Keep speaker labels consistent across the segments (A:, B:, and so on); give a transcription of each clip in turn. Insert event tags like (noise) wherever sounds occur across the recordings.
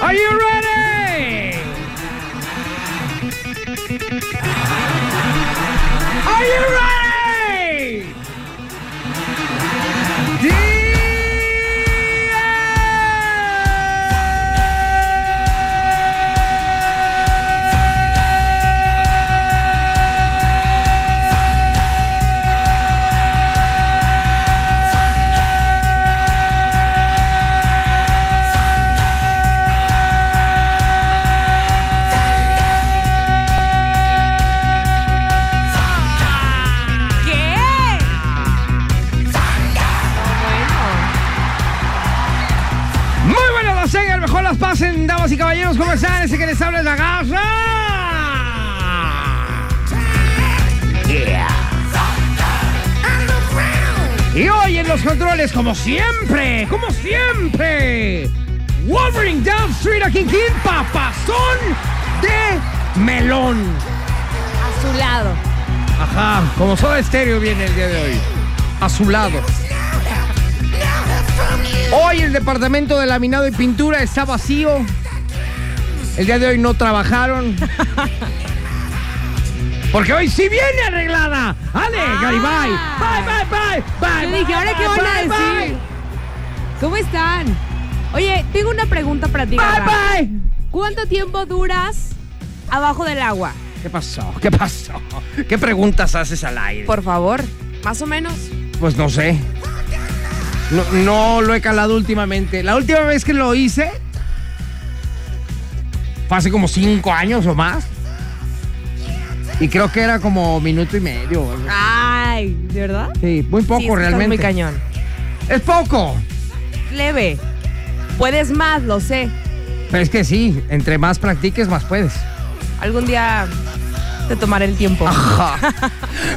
A: Are you ready? Are you ready?
B: ¿Qué?
A: Muy buenas, las tengan, mejor las pasen, damas y caballeros, ¿cómo están? Ese que les habla es la garra. Y hoy en los controles, como siempre, como siempre, Wolverine Down Street aquí en King, papazón de melón.
B: A su lado.
A: Ajá, como soda estéreo viene el día de hoy. A su lado. Hoy el departamento de laminado y pintura está vacío. El día de hoy no trabajaron. Porque hoy sí viene arreglada. Ale,
B: Ah.
A: Garibay. Bye, bye, bye.
B: Yo
A: Bye,
B: dije, ¿ahora qué
A: bye,
B: van a
A: bye,
B: decir? ¿Cómo están? Oye, tengo una pregunta para ti.
A: Bye,
B: Garra.
A: bye. bye.
B: ¿Cuánto tiempo duras abajo del agua?
A: ¿Qué pasó? ¿Qué pasó? ¿Qué preguntas haces al aire?
B: Por favor, más o menos.
A: Pues no sé. No, no lo he calado últimamente. La última vez que lo hice fue hace como cinco años o más. Y creo que era como minuto y medio. o algo.
B: Ay, ¿de verdad?
A: Sí, muy poco
B: Sí, es que estás
A: realmente.
B: muy cañón.
A: Es poco.
B: Leve. Puedes más, lo sé.
A: Pero es que sí, entre más practiques, más
B: (laughs)
A: puedes.
B: Algún día te tomaré el tiempo.
A: Ah,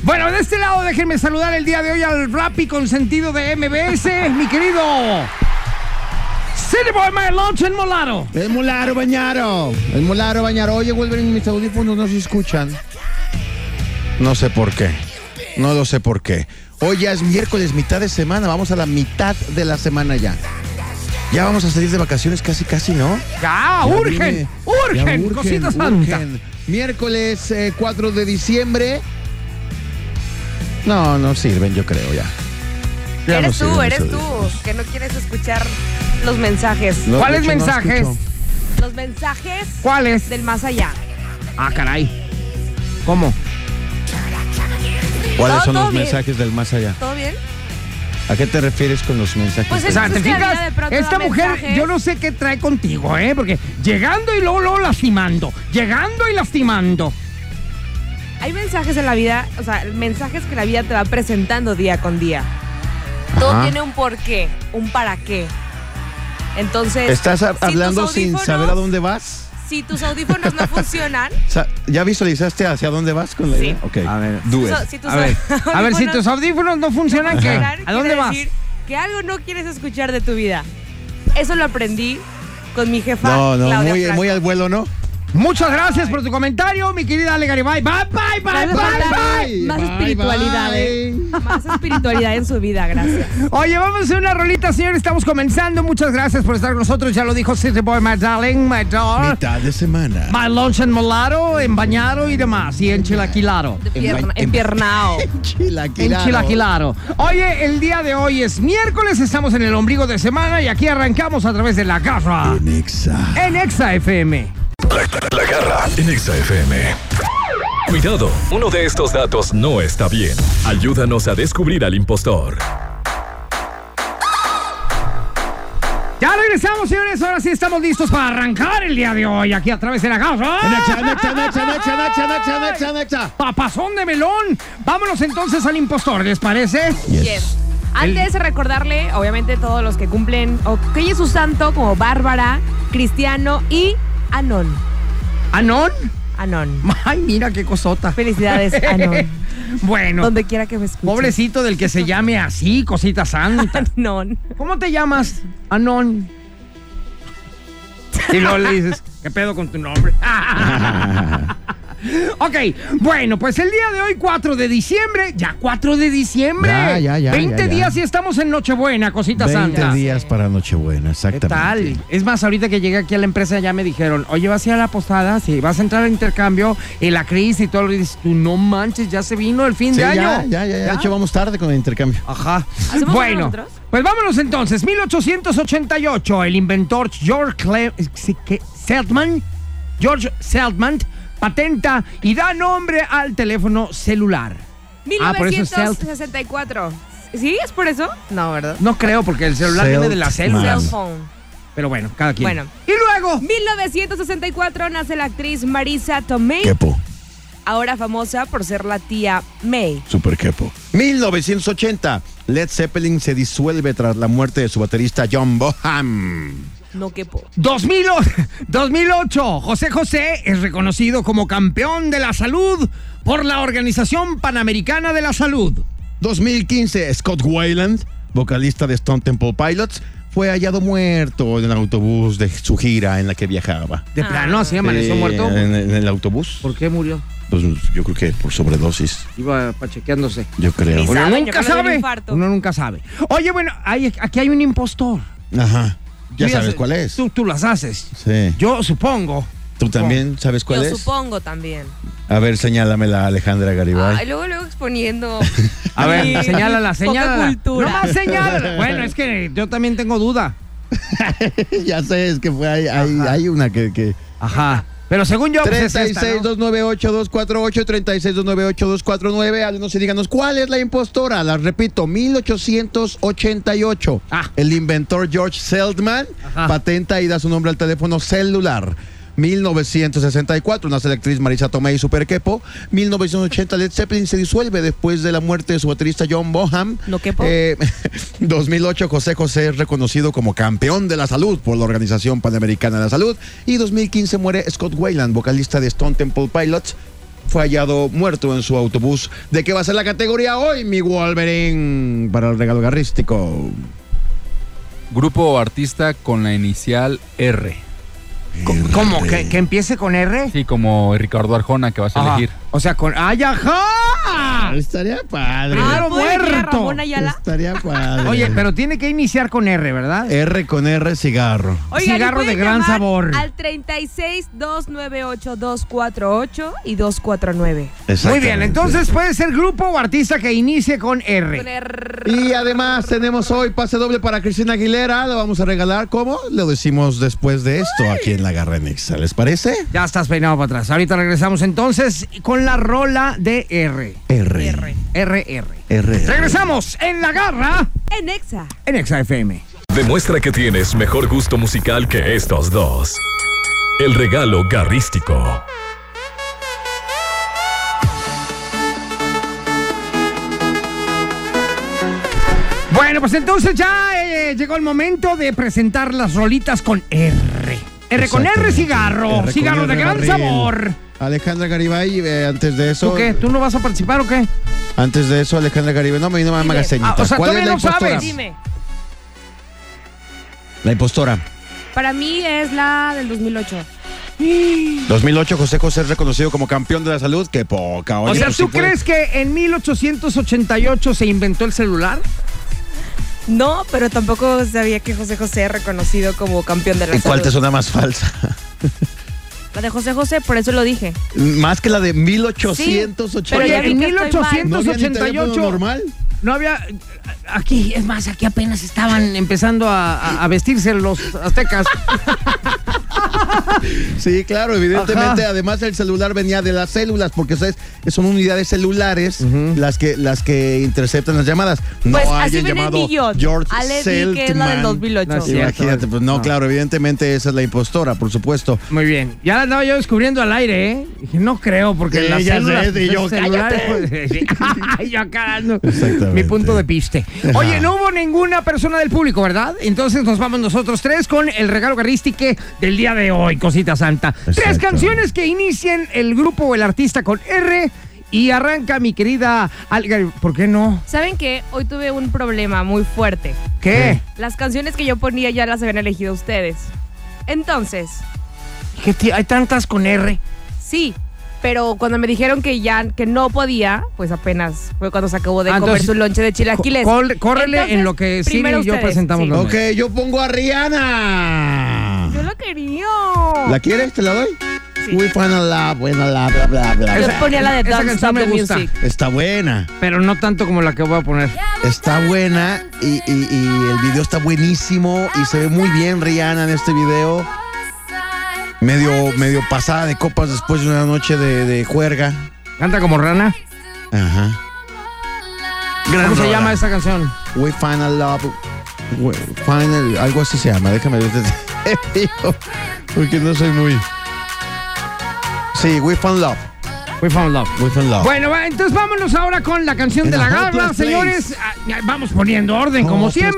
A: Bueno, de este lado déjenme saludar el día de hoy al Rappi consentido de MBS, mi querido City Boy My Lunch en Molaro.
C: El mularo bañaro. El mularo bañaro. Oye, Wolverine, mis audífonos no se escuchan. No sé por qué. No lo sé por qué. Hoy ya es miércoles, mitad de semana. Vamos a la mitad de la semana ya. Ya vamos a salir de vacaciones casi, casi, ¿no?
A: Ya,
C: Ya
A: Ah, urgen,
C: viene- ya
A: urgen,
C: urgen,
A: cosita
C: urgen.
A: santa.
C: Miércoles eh, 4 de diciembre. No, no sirven, yo creo, ya. Ya no
B: eres
C: sirven
B: tú,
C: mis
B: eres tú,
C: audífonos.
B: que no quieres escuchar los mensajes.
C: No, de
A: ¿Cuáles
C: hecho, no
A: mensajes?
C: escucho.
B: Los mensajes
A: ¿Cuáles?
B: del más allá.
A: Ah, caray. ¿Cómo?
B: No,
C: ¿Cuáles son
B: todo
C: los
B: bien.
C: mensajes del más allá?
B: ¿Todo bien?
C: ¿A qué te refieres con los mensajes?
B: Pues
C: del
B: es-
A: O sea, ¿te
B: Entonces, que había
A: fijas?
B: de pronto
A: Esta
B: da
A: mujer,
B: mensajes.
A: yo no sé qué trae contigo, ¿eh? Porque llegando y luego, luego lastimando. Llegando y lastimando.
B: Hay mensajes en la vida, o sea, mensajes que la vida te va presentando día con día. Todo
C: Ajá.
B: tiene un porqué, un para qué. Entonces,
C: ¿Estás a-
B: si tus
C: hablando sin
B: audífonos-
C: saber a dónde vas?
B: Si tus audífonos no
C: (laughs)
B: funcionan,
C: Sa- ¿Ya visualizaste hacia dónde vas con la
B: Sí.
C: idea? Ok.
A: A ver,
C: Do
B: tus-
C: it.
B: si tus
A: A
B: (laughs)
A: ver,
B: audífonos
A: a ver si tus audífonos no funcionan, ¿qué?
B: funcionan,
A: ¿A dónde
B: quiere
A: vas?
B: decir que algo no quieres escuchar de tu vida. Eso lo aprendí con mi jefa.
C: No, no,
B: Claudia
C: muy,
B: Franco.
C: muy al vuelo, ¿no?
A: Muchas gracias por tu comentario, mi querida Ale Garibay. Bye, bye, bye,
B: Gracias,
A: bye,
B: Ana.
A: bye.
B: Más
C: Bye,
B: espiritualidad,
C: bye.
B: ¿eh? Más espiritualidad en su vida, gracias.
A: Oye, vamos a hacer una rolita, señores. Estamos comenzando. Muchas gracias por estar con nosotros. Ya lo dijo City Boy, my darling, my doll.
C: Mitad de semana.
A: My lunch en molaro, en bañaro y demás. Y en chilaquilaro.
B: De
C: (laughs) En
B: pierna-
C: ba- en-
B: Empiernao.
A: En
C: Chilaquilado.
A: chilaquilaro. Oye, el día de hoy es miércoles. Estamos en el ombligo de semana y aquí arrancamos a través de la garra.
C: Nexa.
A: En Exa FM.
D: La Garra en Exa FM. Cuidado, uno de estos datos no está bien. Ayúdanos a descubrir al impostor.
A: Ya regresamos, señores. Ahora sí estamos listos para arrancar el día de hoy aquí a través de la casa.
C: Nexa, (laughs) nexa, nexa, nexa, nexa, nexa, nexa, nexa.
A: Papazón de melón. Vámonos entonces al impostor, ¿les parece?
B: Yes. Antes recordarle, obviamente, todos los que cumplen o que hoy es su santo, como Bárbara, Cristiano y Anón.
A: ¿Anón?
B: Anón.
A: Ah, Ay, mira qué cosota. (laughs)
B: Felicidades, Anón.
A: Bueno,
B: Donde quiera que me escuches.
A: pobrecito del que se llame así, cosita santa.
B: Anón.
A: ¿Cómo te llamas? Anón. Y luego le dices, ¿qué pedo con tu
C: (laughs)
A: nombre? ok, bueno, pues el día de hoy, 4 de diciembre, ya 4 de diciembre.
C: Ya, ya, ya,
A: 20
C: ya, ya.
A: días y estamos en Nochebuena, cosita
C: 20
A: santa.
C: días para Nochebuena,
A: ¿Qué
C: exactamente.
A: tal? Es más, ahorita que llegué aquí a la empresa ya me dijeron, oye, vas a ir a la posada, sí, vas a entrar al intercambio y la crisis y todo. Y dices, tú no manches, ya se vino el fin
C: Sí,
A: de
C: ya,
A: año.
C: ya, ya, ya. De hecho, vamos tarde con el intercambio.
A: Ajá.
B: ¿Hacemos uno
A: Bueno,
B: nosotros?
A: pues vámonos entonces. 1888, el inventor George Cle- eh, ¿qué? Seldman, George Seldman patenta y da nombre al teléfono celular. Ah, por eso es Celt.
B: 1964. ¿Sí? ¿Es por eso? No, ¿verdad?
A: No creo, porque el celular viene de las
C: Seltman.
B: Cell
C: Man.
A: células.
B: phone.
A: Pero bueno, cada quien.
B: Bueno.
A: Y luego,
B: 1964 nace la actriz Marisa Tomei,
C: Quepo,
B: ahora famosa por ser la tía May.
C: super quepo. 1980, Led Zeppelin se disuelve tras la muerte de su baterista John Bonham.
B: No quepo.
A: 2008, 2008, José José es reconocido como campeón de la salud por la Organización Panamericana de la Salud.
C: 2015, Scott Weiland, vocalista de Stone Temple Pilots, fue hallado muerto en el autobús de su gira en la que viajaba.
A: De plano, así
B: Ah.
A: amaneció
C: Sí,
A: muerto.
C: En, en el autobús.
A: ¿Por qué murió?
C: Pues yo creo que por sobredosis,
A: Iba pachequeándose.
C: yo creo.
B: Quizá.
A: Uno
B: saben,
A: nunca
B: yo creo que le dio un
A: sabe.
B: infarto.
A: Uno nunca sabe. Oye, bueno, hay- aquí hay un impostor.
C: Ajá. Ya
A: Tú
C: sabes
A: sé-
C: cuál es.
A: Tú, tú las haces.
C: Sí.
A: Yo supongo.
C: ¿Tú también sabes cuál
B: Yo
C: es?
B: supongo también.
C: A ver, señálamela, Alejandra Garibay.
B: Ay, luego, luego
C: (laughs)
B: exponiendo.
A: A
B: mi-
A: ver,
B: mi
A: señálala,
B: poca
A: señálala.
B: cultura.
A: No más señálala. Bueno, es que yo también tengo duda.
C: (laughs) ya sé, es que fue ahí, ahí- hay una que... que...
A: Ajá. Pero según yo, pues es esta, ¿no?
C: 36298248, 36298249. Háblenos y díganos cuál es la impostora. La repito, 1888.
A: Ah.
C: El inventor George Seldman
A: Ajá.
C: patenta y da su nombre al teléfono celular. 1964, nace la actriz Marisa Tomei Superquepo. 1980, Led Zeppelin se disuelve después de la muerte de su baterista John Bonham.
B: No quepo.
C: Eh, (laughs) 2008, José José es reconocido como campeón de la salud por la Organización Panamericana de la Salud. Y 2015 muere Scott Wayland, vocalista de Stone Temple Pilots. Fue hallado muerto en su autobús. ¿De qué va a ser la categoría hoy, mi Wolverine? Para el regalo garrístico.
E: Grupo o artista con la inicial R.
C: Eh,
A: ¿Cómo? ¿Que, que empiece con R?
E: Sí, como Ricardo Arjona que vas a
A: Ajá.
E: elegir.
A: O sea, con. ¡Ay, ajá!
C: Estaría padre.
A: Claro,
B: ¿Puedo elegir a
A: muerto.
B: Ramón Ayala?
C: Estaría padre.
A: Oye, pero tiene que iniciar con R, ¿verdad?
C: R con R, cigarro.
B: Oigan, ¿y
A: Cigarro de
B: pueden
A: gran
B: llamar
A: sabor.
B: Al 36 298 248 y 249.
A: Muy bien,
C: Exactamente.
A: entonces puede ser grupo o artista que inicie con
B: Con
A: R.
B: el-
C: Y además tenemos hoy pase doble para Cristina Aguilera. Lo vamos a regalar. ¿Cómo? Lo decimos después de esto aquí en La Garra Nexa. ¿Les parece?
A: Ya estás peinado para atrás. Ahorita regresamos entonces con la rola de R.
C: R.
B: R.
C: R.
A: RR.
C: R.
A: Regresamos en la garra
B: En Exa.
A: en Exa FM.
D: Demuestra que tienes mejor gusto musical que estos dos. El regalo garrístico.
A: Bueno, pues entonces ya eh, llegó el momento de presentar las rolitas con R. R con R
C: Exactamente.
A: cigarro.
C: R con
A: cigarro de
C: R,
A: gran
C: barril.
A: sabor.
C: Alejandra Garibay, eh, antes de eso.
A: ¿Tú qué? ¿Tú no vas a participar o qué?
C: Antes de eso, Alejandra Garibay. No me vino más
B: Dime.
C: magaseñita.
A: Ah, o sea,
C: ¿Cuál es
A: todavía
C: la
A: no
C: impostora?
A: sabes.
B: Dime.
C: La impostora.
B: Para mí es la del 2008.
C: 2008, José José es reconocido como campeón de la salud. Qué poca.
A: o
C: Oye,
A: sea,
C: pues
A: ¿tú
C: sí fue-
A: crees que en 1888 se inventó el celular?
B: No, pero tampoco sabía que José José es reconocido como campeón de la
C: ¿Y cuál
B: salud.
C: te suena más falsa? (laughs)
B: La de José José, por eso lo dije.
C: más que la de
B: Pero
A: Oye,
B: ya
C: 1880.
B: vi
A: en
B: que estoy mal.
C: ¿No había ni teléfono
A: 1888
C: normal?
A: no había... Aquí, es más, aquí
C: (laughs)
A: apenas estaban empezando a, a- a vestirse los aztecas.
C: Sí, claro, evidentemente. Además, el celular venía de las células, porque ¿sabes? son unidades celulares las que las que interceptan las llamadas. No
B: Pues así
C: alguien
B: viene el
C: llamado
B: millón.
C: George
B: Ale di que es la del
C: Seltman.
B: 2008.
A: No es cierto.
C: Imagínate, pues no,
A: No.
C: claro, evidentemente esa es la impostora, por supuesto.
A: Muy bien. Ya la andaba yo descubriendo al aire, ¿eh? Dije, no creo, porque
C: Sí,
A: las
C: ya
A: células...
C: sé, y yo,
A: celulares, pues, (laughs)
C: (laughs)
A: sí. Ay, yo acá dando
C: Exactamente.
A: mi punto de piste. Oye, no hubo ninguna persona del público, ¿verdad? Entonces nos vamos nosotros tres con el regalo carrístico del día de hoy, cosita santa. Tres
C: Exacto.
A: canciones que inicien el grupo o el artista con R y arranca mi querida... Al- ¿Por qué no?
B: ¿Saben qué? Hoy tuve un problema muy fuerte.
A: ¿Qué?
B: Las canciones que yo ponía ya las habían elegido ustedes. Entonces,
A: ¿Qué ti- hay tantas con R.
B: sí, pero cuando me dijeron que ya que no podía, pues apenas fue cuando se acabó de
A: Ah,
B: comer
A: entonces,
B: su lonche de chilaquiles.
A: Co- col- córrele
B: Entonces,
A: en lo que Siri
B: primero
A: y yo
B: ustedes,
A: presentamos los-
C: Ok, yo pongo a Rihanna.
B: Yo lo quería.
C: ¿La quieres? ¿Te la doy?
B: Sí.
C: Uy, buena la, buena la, bla, bla, bla.
B: Yo
C: bla.
B: ponía la de
A: esa
B: Don't
A: canción
B: Stop
A: me
B: the
A: gusta.
B: Music.
C: Está buena,
A: Pero no tanto como la que voy a poner.
C: está buena y, y- y el video está buenísimo y se ve muy bien Rihanna en este video. Medio, medio pasada de copas después de una noche de, de juerga.
A: Canta como rana.
C: Ajá.
A: ¿Cómo se
C: rola.
A: llama esa canción?
C: We find a love. we find a- algo así se llama. Déjame ver. (laughs) Porque no soy muy. Sí, We Found Love.
A: We Found Love.
C: We Found Love.
A: Bueno, va, entonces vámonos ahora con la canción
C: En
A: de
C: la
A: la
C: Hot
A: garra,
C: Place.
A: señores. Ah, ya, Vamos poniendo orden, como
C: Hot
A: siempre.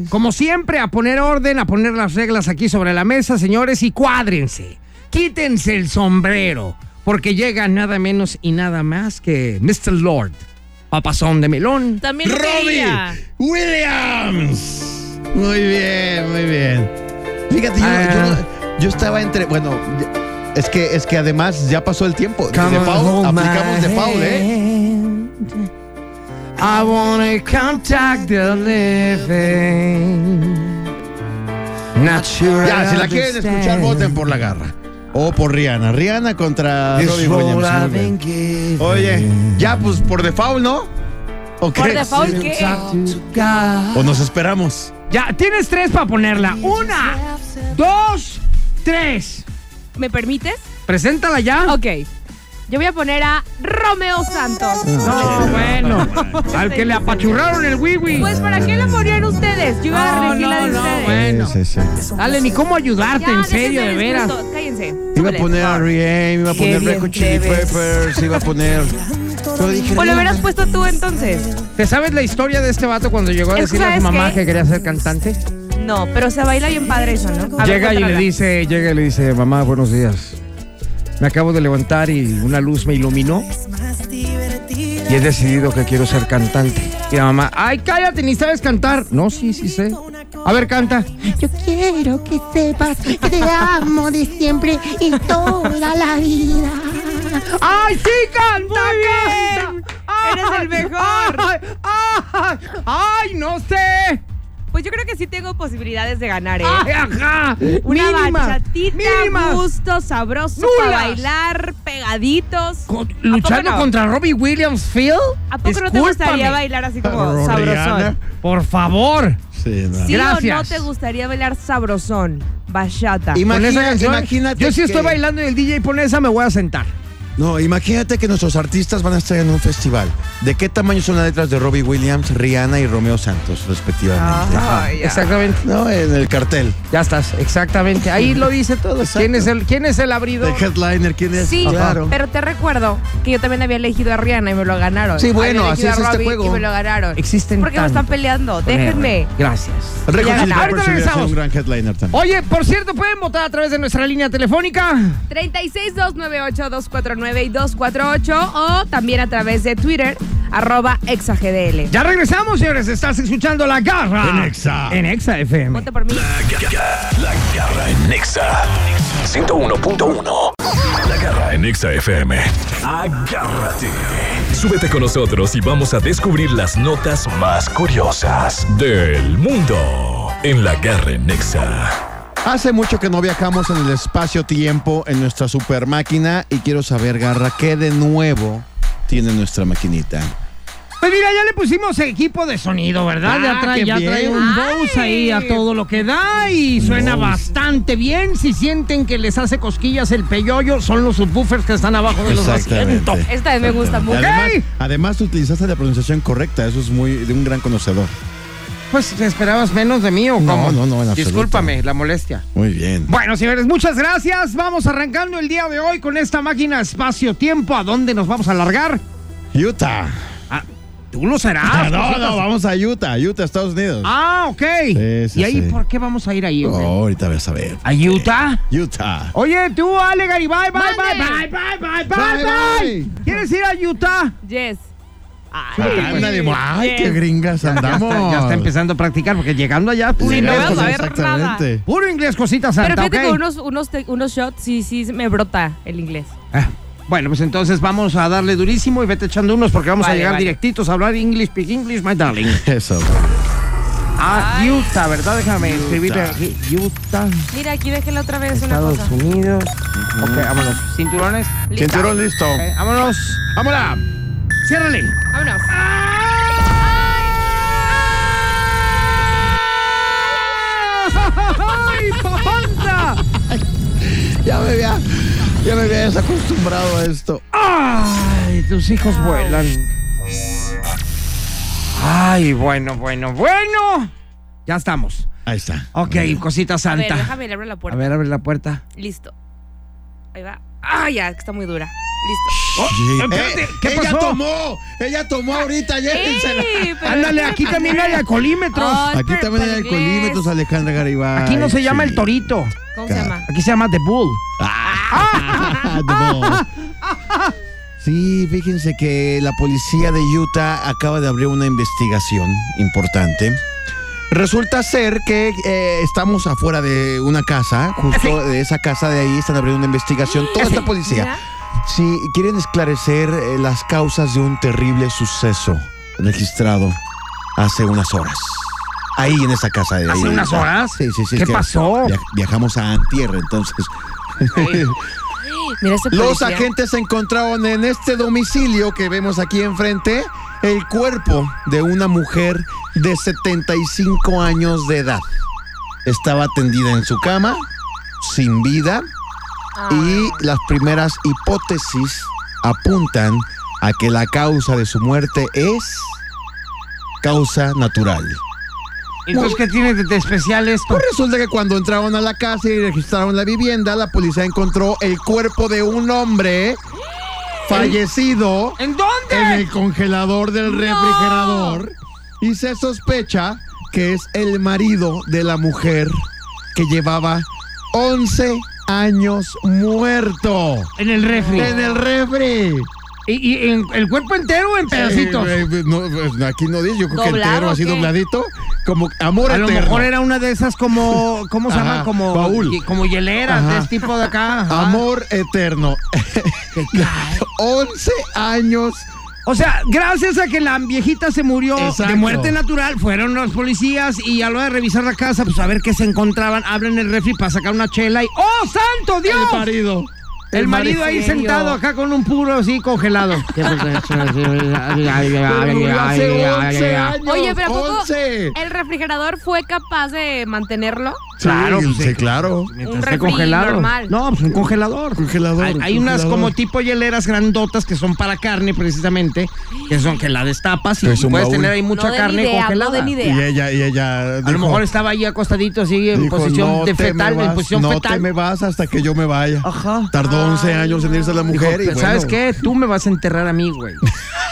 C: Place.
A: Como siempre, a poner orden, a poner las reglas aquí sobre la mesa, señores, y cuádrense. Quítense el sombrero, porque llega nada menos y nada más que Mr. Lord, papazón de melón.
B: También lo
C: Robbie
B: quería.
C: Williams. Muy bien, muy bien. Fíjate, yo,
A: Ah.
C: yo no- yo estaba entre. Bueno, ya- es que, es que además ya pasó el tiempo. De Paul, aplicamos de Paul, ¿eh?
A: ¿eh? I wanna contact the living. Not sure
C: Ya, si la
A: I
C: quieren
A: understand
C: escuchar, voten por la garra. O por Rihanna. Rihanna contra
A: this
C: Robbie
A: role
C: Williams. Muy
A: I've
C: bien.
A: been given.
C: Oye, ya pues por default, ¿no? ¿O
B: Por
C: qué?
B: default, ¿qué?
C: ¿O nos esperamos?
A: Ya, tienes tres para ponerla. Una, dos, tres.
B: ¿Me permites?
A: Preséntala ya.
B: Ok. Yo voy a poner a Romeo Santos.
A: No,
B: (laughs)
A: bueno. Al que le apachurraron el wiwi.
B: Pues, ¿para qué la ponían ustedes? Yo iba a
A: no,
B: elegir la
A: no,
B: de
A: no,
B: ustedes.
A: bueno.
C: Sí, sí, sí.
A: Dale, ni cómo ayudarte, en
B: déjense
A: serio, de veras.
B: disgusto. Cállense.
C: Iba a
B: Súbele.
C: poner a Rihanna, iba a poner Red Hot Chili Peppers, iba
A: (laughs)
C: a poner... Pero dije,
B: O Pues lo
C: no,
B: hubieras puesto tú entonces.
A: ¿Te sabes la historia de este vato cuando llegó a
B: Es que
A: decirle a su
B: ¿sabes
A: mamá
B: qué?
A: que quería ser cantante?
B: No, pero se baila bien padre eso, ¿no? A ver,
A: Llega y le
B: cuéntala.
A: dice, llega y le dice, mamá, buenos días. Me acabo de levantar y una luz me iluminó. Y he decidido que quiero ser cantante. Y la mamá, ay, cállate, ni sabes cantar. No, sí, sí sé. A ver, canta.
F: Yo quiero que sepas que te amo de siempre y toda la vida.
A: ¡Ay, sí, canta, canta!
B: Eres el mejor.
A: ¡Ay, ay, ay, no sé!
B: Pues yo creo que sí tengo posibilidades de ganar, ¿eh?
C: ¡Ah!
A: Ay, ajá!
B: Una
A: Mínimas,
B: bachatita,
A: mínimas.
B: gusto, sabroso para
A: Nulas.
B: bailar, pegaditos.
A: Con-
B: ¿A poco
A: luchando
B: no?
A: contra Robbie Williams Phil.
B: ¿A poco no te gustaría bailar así como sabrosón?
A: Por favor.
C: Sí, no.
B: ¿Sí o no
A: Gracias.
B: te gustaría bailar sabrosón? Bachata.
C: Ima-
A: Con esa
C: Imagina-
A: canción,
C: imagínate
A: yo si estoy
C: que-
A: bailando y el DJ pone esa, me voy a sentar.
C: No, imagínate que nuestros artistas van a estar en un festival. ¿De qué tamaño son las letras de Robbie Williams, Rihanna y Romeo Santos, respectivamente?
B: Ay, ya.
A: Exactamente.
C: No, en el cartel.
A: Ya estás, exactamente. Ahí lo dice todo.
C: Exacto.
A: ¿Quién es el, quién es el abridor?
C: ¿De headliner quién es? Ah,
B: Sí,
C: claro.
B: pero te recuerdo que yo también había elegido a Rihanna y me lo ganaron.
C: Sí, bueno,
B: Había elegido
C: así es
B: a
C: este
B: Robbie
C: juego.
B: Y me lo ganaron.
A: Existen
B: ¿Por qué me están
A: tantos.
B: peleando? Déjenme.
A: Gracias.
C: Red Hot Chili
A: Ahorita
C: Peppers hubiera sido
A: regresamos.
C: un gran headliner también.
A: Oye, por cierto, pueden votar a través de nuestra línea telefónica.
B: 36298249 y 248 o también a través de Twitter, arroba exagdl.
A: Ya regresamos, señores. Estás escuchando La Garra.
C: En Exa.
A: En Exa FM.
B: Vote por mí.
G: La garra, la garra en Nexa 101.1. La garra en Nexa FM. Agárrate. Súbete con nosotros y vamos a descubrir las notas más curiosas del mundo en la garra en Nexa.
C: Hace mucho que no viajamos en el espacio-tiempo en nuestra super máquina y quiero saber, Garra, qué de nuevo tiene nuestra maquinita.
A: Pues mira, ya le pusimos equipo de sonido, ¿verdad? ya
C: Ah,
A: trae,
C: qué
A: ya trae
C: bien.
A: un Bose ahí a
B: Ay.
A: todo lo que da y suena bastante bien. Si sienten que les hace cosquillas el peyoyo, son los subwoofers que están abajo de los
C: Exactamente.
A: asientos.
B: Esta vez me gusta
C: Y
B: mucho.
C: Además,
A: Ok.
C: además, tú utilizaste la pronunciación correcta. Eso es muy de un gran conocedor.
A: Pues, ¿te ¿esperabas menos de mí o
C: No,
A: cómo?
C: no, no, en absoluto.
A: Discúlpame la molestia.
C: Muy bien.
A: Bueno, señores, muchas gracias. Vamos arrancando el día de hoy con esta máquina espacio-tiempo. ¿A dónde nos vamos a alargar?
C: Utah.
A: Ah, tú lo serás.
C: (laughs) no,
A: cositas.
C: no, vamos a Utah, Utah, Estados Unidos.
A: Ah, ok.
C: Sí, sí,
A: ¿Y ahí
C: sí.
A: por qué vamos a ir ahí?
C: Oh,
A: hombre?
C: ahorita vas a ver.
A: ¿A Utah?
C: Utah.
A: Oye, tú, Ale Garibay, bye, bye, bye,
B: Mande.
A: bye, bye, bye, bye,
C: Bye,
A: ¿Quieres ir a Utah?
B: Yes. Ay,
C: Anda de- Ah, Ay,
B: yes.
C: qué gringas andamos.
A: pues, Ya está empezando a practicar porque llegando allá, puro,
B: Sí, no
A: inglés,
B: vas a
A: cosi-
B: ver nada.
C: Exactamente.
A: puro inglés, cosita
B: Pero
A: santa,
B: fíjate
A: ¿ok?
B: que unos, unos, te- unos shots sí, sí me brota el inglés.
A: Ah, Bueno, pues entonces vamos a darle durísimo y vete echando unos porque vamos a
B: Vale,
A: llegar
B: vale.
A: directitos a hablar English, speak English, my darling.
C: Eso.
A: A
B: Ay.
A: Utah, ¿verdad? Déjame escribirle
C: Utah.
A: aquí. Utah,
B: Mira, aquí déjela otra vez una
A: Estados
B: cosa.
A: Unidos. Ok, vámonos. Cinturones.
B: Listo.
C: Cinturón listo.
A: Eh, vámonos. Vámonos. Ciérrale.
B: Vámonos.
A: ¡Ay, papanta!
C: Ya me había, ya me había desacostumbrado a esto.
A: ¡Ay, tus hijos vuelan! ¡Ay, bueno, bueno, bueno! Ya estamos.
C: Ahí está.
A: Ok, cosita
B: A ver,
A: santa.
B: déjame, le abro la
A: A
B: puerta.
A: ver, abre la puerta.
B: Listo. Ahí va. Ah, ya, que está muy dura. Listo.
C: Sí.
A: Oh, espérate,
C: Eh,
A: ¿qué
C: ella
A: pasó? Ah, eh,
C: tomó, ella tomó
A: (laughs)
C: ahorita, llévensela.
B: Ey, pero
A: Ándale,
B: déjame
A: aquí también
B: aprender.
A: hay alcoholímetros.
B: Ay,
C: Aquí
B: pero
C: también hay
B: para inglés.
C: alcoholímetros, Alejandra Garibay.
A: Aquí no se llama
C: Sí.
A: el torito.
B: ¿Cómo se llama?
A: Aquí se llama The Bull.
C: Ah, no. Sí, fíjense que la policía de Utah acaba de abrir una investigación importante. Resulta ser que eh, estamos afuera de una casa, justo de esa casa de ahí están abriendo una investigación. Toda esta policía.
B: Mira.
C: Sí, quieren esclarecer eh, las causas de un terrible suceso registrado hace unas horas. Ahí en esa casa de ahí.
A: ¿Hace unas horas?
C: Sí, sí, sí. es
A: ¿Qué
C: que
A: pasó?
C: via- viajamos a Antierra, entonces.
B: Mira ese
C: Los
B: policía.
C: agentes encontraron en este domicilio que vemos aquí enfrente el cuerpo de una mujer de 75 años de edad. Estaba tendida en su cama, sin vida, y las primeras hipótesis apuntan a que la causa de su muerte es causa natural.
A: Entonces, ¿qué tiene de, de especial esto?
C: Pues resulta que cuando entraron a la casa y registraron la vivienda, la policía encontró el cuerpo de un hombre fallecido
A: ¿En dónde?
C: en el congelador del refrigerador y se sospecha que es el marido de la mujer que llevaba 11 años muerto
A: En el refri.
C: en el refri.
A: ¿Y, y en- el cuerpo entero o en pedacitos?
C: Eh, eh, no, pues, aquí no dice, yo creo que
B: ¿Doblado
C: entero
B: o
C: así
B: qué?
C: dobladito, como amor
A: a lo
C: eterno.
A: mejor era una de esas como, ¿cómo se llama?
C: Ajá,
A: Como,
C: baúl.
A: y- como hieleras
C: Ajá.
A: de este tipo de acá. Ajá.
C: Amor eterno. (laughs) 11 años.
A: O sea, gracias a que la viejita se murió de
C: Exacto.
A: muerte natural, fueron los policías y a la hora de revisar la casa, pues a ver qué se encontraban, abren el refri para sacar una chela y ¡Oh, santo Dios!
C: El marido.
A: El, marido ahí
B: ¿En serio?
A: sentado acá con un puro así (laughs) congelado.
C: Pero murió hace 11 años.
B: Oye, pero ¿a poco
C: 11.
B: el refrigerador fue capaz de mantenerlo?
A: Claro,
C: sí,
A: pues,
C: sí, claro.
A: Mientras
B: Un
A: esté
B: refri normal.
A: No, pues un congelador.
C: Congelador,
A: Hay, hay
C: congelador.
A: unas como tipo hieleras grandotas que son para carne precisamente, que son que la destapas y
C: Es un
A: puedes
C: baúl.
A: tener ahí mucha
B: no den
A: carne
B: idea,
A: congelada.
B: No den
C: Y
B: idea.
C: ella, y ella.
A: A lo mejor estaba ahí acostadito así en posición de fetal, en posición
C: no
A: fetal.
C: te me vas hasta que yo me vaya.
A: Ajá.
C: Tardó 11 años en irse la
A: Dijo,
C: mujer. y
A: "Pero ¿Sabes
C: bueno,
A: qué? Tú me vas a enterrar a mí, güey.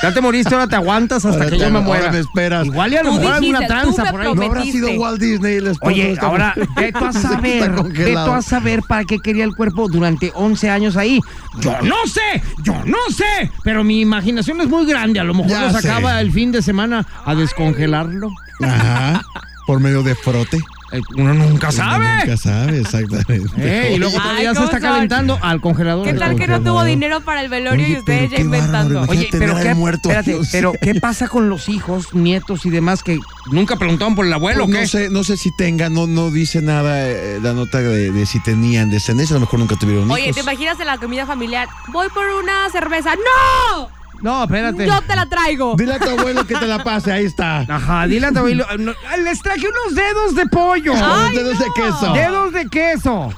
A: Ya te moriste, ahora te aguantas hasta
C: Ahora
A: que
C: te-
A: yo me
C: ahora
A: muera.
C: me esperas.
A: Igual y a lo
B: Tú
A: mejor alguna
B: dijiste, tú
A: tranza
B: me
A: por ahí.
C: No habrá
B: Metiste.
C: sido Walt Disney el esposo de
A: Oye,
C: esta (laughs)
A: ahora
C: mujer.
A: ve tú a
C: Está
A: saber, ve tú
C: congelado.
A: a saber para qué quería el cuerpo durante 11 años ahí. Yo no sé, yo no sé, pero mi imaginación es muy grande. A lo mejor
C: Ya
A: lo sacaba
C: sé.
A: el fin de semana a descongelarlo.
C: Ajá. Por medio de frote.
A: Eh, Uno nunca
C: Uno
A: sabe.
C: Nunca sabe,
A: (laughs)
C: exactamente.
A: Eh, y luego
B: Ay,
A: todavía se
B: ¿cómo
A: está
B: son?
A: calentando al congelador.
B: ¿Qué
A: Al
B: tal que no
A: congelador.
B: tuvo dinero para el velorio
C: Oye,
B: y ustedes
C: pero
B: ya
C: qué bárbaro,
B: inventando?
C: imagínate.
A: Oye, pero
C: tener
A: qué,
C: al muerto
A: espérate,
C: aquí, o sea.
A: pero
C: (laughs)
A: ¿qué pasa con los hijos, nietos y demás que nunca preguntaban por el abuelo?
C: Pues
A: o ¿qué?
C: no sé, no sé si tenga, no, no dice nada eh, la nota de, de si tenían descendencia, a lo mejor nunca tuvieron
B: Oye,
C: hijos.
B: ¿te imaginas en la comida familiar? Voy por una cerveza. ¡No!
A: No, espérate.
B: Yo te la traigo.
C: (laughs) Dile a tu abuelo que te la pase,
A: (laughs)
C: ahí está.
A: Ajá, dile a tu abuelo. No, les traje unos dedos de pollo.
C: Con los
B: Ay,
C: dedos de
B: no.
C: queso.
A: Dedos de queso.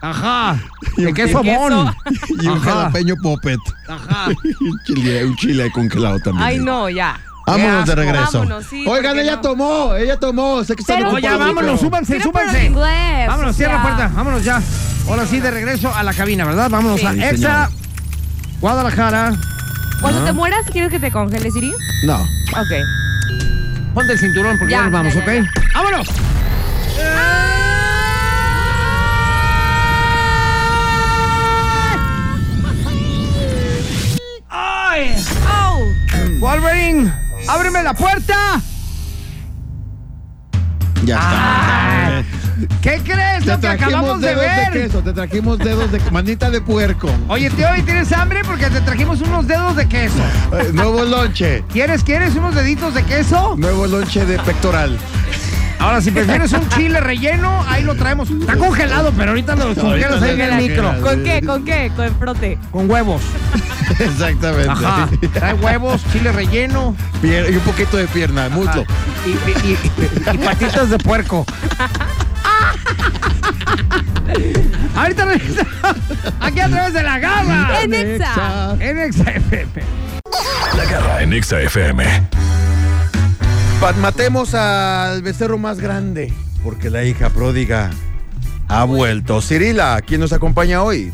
A: Ajá.
C: Y
A: De
C: un-
A: queso
B: de queso.
A: bon.
C: Y un
A: Ajá.
C: jalapeño popet.
A: Ajá.
C: Y (laughs) un chile, un chile ahí congelado también.
B: Ay, no, ya.
C: Vámonos
A: Qué
C: de
A: asco.
C: regreso.
B: Vámonos, sí,
C: Oigan,
B: ¿por qué
C: ella
B: no?
C: tomó, ella tomó. Sé que están
B: Pero-
A: No,
C: ocupados,
A: ya
C: pero-
A: vámonos, súbanse,
B: Tira por el
A: súbanse.
B: inglés,
A: Vámonos,
B: o
A: cierra la
B: sea.
A: puerta, vámonos ya. Ahora sí, de regreso a la cabina, ¿verdad? Vámonos
B: Sí.
A: a
C: Sí,
A: Exa Guadalajara.
B: Cuando te mueras, ¿quieres que te congeles, Siri?
C: No.
B: Ok.
A: Ponte el cinturón porque ya,
B: Ya,
A: nos vamos,
B: ya,
A: ¿ok?
B: ya,
A: ¡Vámonos!
C: ¡Ah!
A: ¡Ay!
B: ¡Oh!
A: Wolverine, ábreme la puerta.
C: Ya está. Eh,
A: ¿Qué crees lo que Ah, acabamos de
C: dedos
A: ver?
C: de queso, te trajimos dedos de manita
A: (laughs)
C: de puerco.
A: Oye, tío, hoy tienes hambre porque te trajimos unos dedos de queso.
C: Eh, Nuevo lonche.
A: ¿Quieres, quieres unos deditos de queso?
C: Nuevo lonche de pectoral. (laughs)
A: Ahora, si prefieres un chile relleno, ahí lo traemos. Está congelado, pero ahorita lo descongelas ahí en el micro.
B: ¿Con qué? ¿Con qué? Con frote.
A: Con huevos.
C: Exactamente.
A: Ajá. Trae huevos, chile relleno ah,
C: Pier- y un poquito de pierna, muslo.
A: y, y- y- y patitas de (laughs) puerco. Ahorita regresamos aquí a través de la garra.
B: ¡En Exa!
A: En Exa FM.
G: La garra en Exa FM.
C: Pat- matemos al becerro más grande, porque la hija pródiga ha vuelto. Cirila, ¿quién nos acompaña hoy?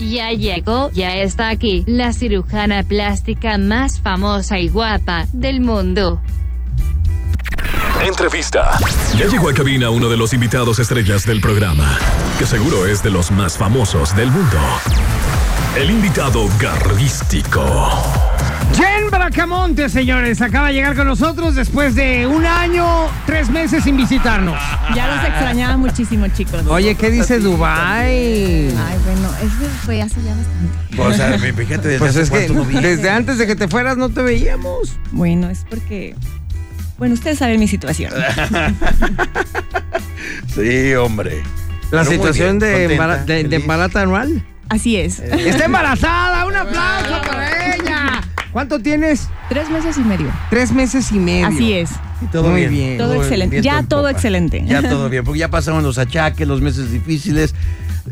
H: Ya llegó, ya está aquí, la cirujana plástica más famosa y guapa del mundo.
G: Entrevista. Ya llegó a cabina uno de los invitados estrellas del programa, que seguro es de los más famosos del mundo. El invitado garrístico.
A: Jen Bracamonte, señores, acaba de llegar con nosotros después de un año, tres meses sin visitarnos.
I: Ya los extrañaba muchísimo, chicos.
A: Oye, ¿qué dice Dubai?
I: Ay, bueno, eso fue hace ya bastante.
C: O sea, fíjate, desde
A: Pues
C: hace
A: es que
C: cuánto no vi-
A: desde antes de que te fueras no te veíamos.
I: Bueno, es porque. Bueno, ustedes saben mi situación.
C: Sí, hombre.
A: La
C: Pero muy
A: situación
C: bien,
A: de,
C: contenta,
A: embara- de- de
C: feliz.
A: embarata anual.
I: Así es.
C: Eh.
A: ¡Está embarazada! ¡Un aplauso para ella! ¿Cuánto tienes?
I: Tres meses y medio.
A: Tres meses y medio.
I: Así es.
C: Y todo
A: Muy
C: bien.
A: bien.
I: Todo
C: Todo
I: excelente.
C: viento
I: Ya
C: en
I: todo
C: popa.
I: excelente.
C: Ya todo bien, porque ya pasaron los achaques, los meses difíciles,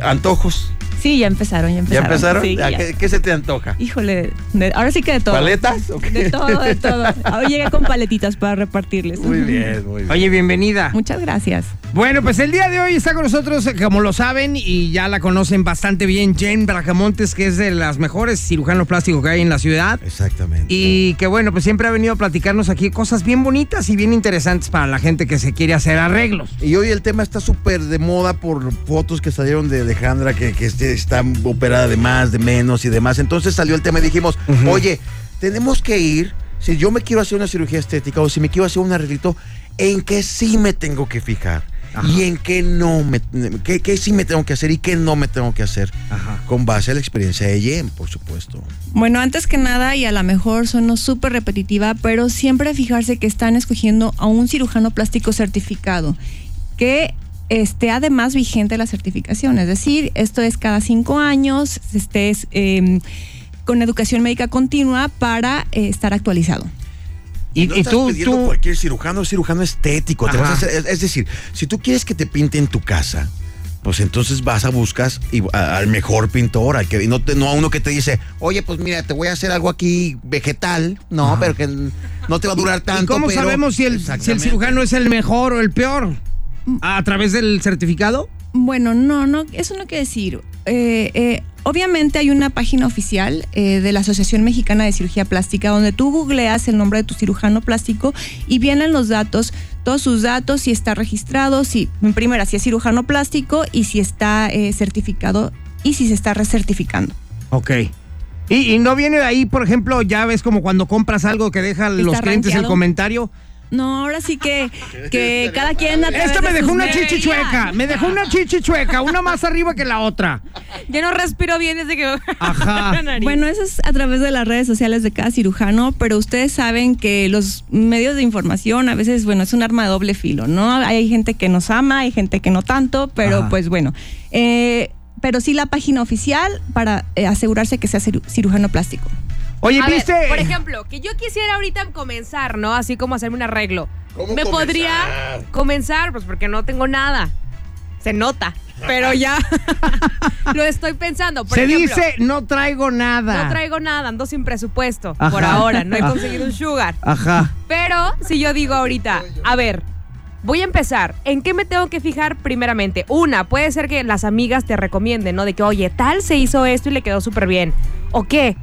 C: antojos.
I: Sí, ya empezaron, ya
C: ¿Ya
I: empezaron.
C: empezaron?
I: Sí,
C: ¿A
I: ya.
C: ¿Qué, qué se te antoja?
I: Híjole, de- ahora sí que de todo.
C: ¿Paletas? o qué?
I: De todo, de todo. Ahora llegué con paletitas para repartirles.
C: Muy bien, muy bien.
A: Oye, bienvenida.
I: Muchas gracias.
A: Bueno, pues el día de hoy está con nosotros, eh, como lo saben y ya la conocen bastante bien, Jen Bracamontes, que es de las mejores cirujanos plásticos que hay en la ciudad.
C: Exactamente.
A: Y que bueno, pues siempre ha venido a platicarnos aquí cosas bien bonitas y bien interesantes para la gente que se quiere hacer arreglos.
C: Y hoy el tema está súper de moda por fotos que salieron de Alejandra, que, que este- está operada de más, de menos y demás. Entonces salió el tema y dijimos, oye, tenemos que ir, si yo me quiero hacer una cirugía estética o si me quiero hacer un arreglito, ¿en qué sí me tengo que fijar? ¿Y en qué no me, qué, qué sí me tengo que hacer y qué no me tengo que hacer?
A: Ajá.
C: Con base a la experiencia de Jen, por supuesto.
I: Bueno, antes que nada, y a lo mejor sonó súper repetitiva, pero siempre fijarse que están escogiendo a un cirujano plástico certificado, que esté además vigente la certificación. Es decir, esto es cada cinco años, este es, eh, con educación médica continua para eh, estar actualizado.
A: Y,
C: No
A: y
C: estás
A: tú,
C: pidiendo
A: tú,
C: cualquier cirujano, es cirujano estético. te
A: Ajá.
C: vas a hacer- es, es decir, si tú quieres que te pinte en tu casa, pues entonces vas a buscas y, a- al mejor pintor, al que y no, te- no a uno que te dice, oye, pues mira, te voy a hacer algo aquí vegetal, no, pero que n- no te va a durar tanto.
A: ¿Y ¿Cómo
C: pero-
A: sabemos si el, si el
C: Exactamente.
A: cirujano es el mejor o el peor? ¿A través del certificado?
I: Bueno, no, no, eso no quiere decir. Eh, eh, obviamente hay una página oficial eh, de la Asociación Mexicana de Cirugía Plástica donde tú googleas el nombre de tu cirujano plástico y vienen los datos, todos sus datos, si está registrado, si, en primera, si es cirujano plástico y si está eh, certificado y si se está recertificando.
A: Ok. Y, y no viene de ahí, por ejemplo, ya ves como cuando compras algo que dejan los clientes el
I: rankeado.
A: comentario.
I: No, ahora
C: (laughs)
I: sí que, que cada quien... a través
A: Esta Este me
I: de
A: dejó
I: sus
A: una
I: medios-
A: chichi chueca, me dejó una chichi chueca, una más arriba que la otra.
B: Ya no respiro bien desde (laughs) que.
A: Ajá.
B: La nariz.
I: Bueno, eso es a través de las redes sociales de cada cirujano, pero ustedes saben que los medios de información a veces, bueno, es un arma de doble filo, ¿no? Hay gente que nos ama, hay gente que no tanto, pero
A: Ajá.
I: pues bueno. Eh, pero sí la página oficial para eh, asegurarse que sea ciru- cirujano plástico.
A: Oye,
B: A ver,
A: ¿viste?
B: por ejemplo, que yo quisiera ahorita comenzar, ¿no? Así como hacerme un arreglo.
C: ¿Cómo
B: Me
C: comenzar?
B: podría comenzar, pues porque no tengo nada. Se nota, pero ya (laughs) lo estoy pensando. Por
A: se
B: ejemplo,
A: dice, no traigo nada.
B: No traigo nada, ando sin presupuesto por
A: Ajá.
B: ahora, no he
A: Ajá.
B: conseguido un sugar.
A: Ajá.
B: Pero si yo digo ahorita, a ver, voy a empezar. ¿En qué me tengo que fijar primeramente? Una, puede ser que las amigas te recomienden, ¿no? De que, oye, tal se hizo esto y le quedó súper bien. ¿O qué?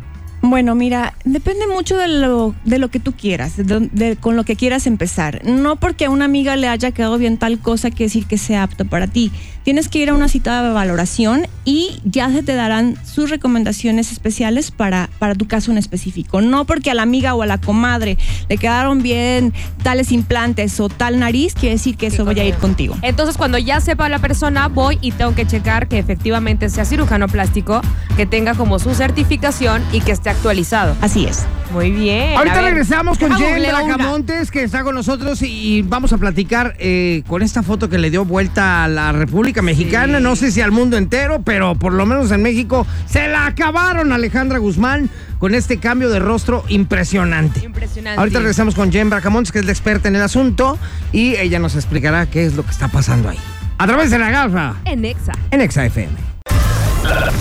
I: Bueno, mira, depende mucho de lo, de lo que tú quieras, de, don- de- con lo que quieras empezar. No porque a una amiga le haya quedado bien tal cosa que decir que sea apto para ti. Tienes que ir a una cita de valoración y ya se te darán sus recomendaciones especiales para, para tu caso en específico. No porque a la amiga o a la comadre le quedaron bien tales implantes o tal nariz, quiere decir que eso voy a ir contigo.
B: Entonces, cuando ya sepa la persona, voy y tengo que checar que efectivamente sea cirujano plástico, que tenga como su certificación y que esté actualizado.
I: Así es.
B: Muy bien.
A: Ahorita
B: a ver.
A: regresamos con
B: Deja
A: Jen
B: googleo una.
A: Bracamontes, que está con nosotros, y, y vamos a platicar eh, con esta foto que le dio vuelta a la República Mexicana, no sé si al mundo entero, pero por lo menos en México se la acabaron a Alejandra Guzmán con este cambio de rostro impresionante.
B: Impresionante.
A: Ahorita regresamos con Jen Bracamontes, que es la experta en el asunto, y ella nos explicará qué es lo que está pasando ahí. A través de la garra,
B: En Exa.
A: en Exa FM.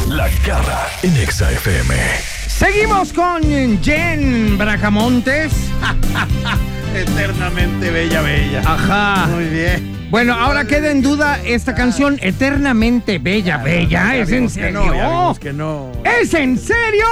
G: La garra en Exa FM.
A: Seguimos con Jen Bracamontes.
C: Eternamente bella, bella.
A: Ajá.
C: Muy bien.
A: Bueno, ahora queda en duda esta canción eternamente bella, bella. ¿Es en serio?
C: que no.
A: ¿Es en serio?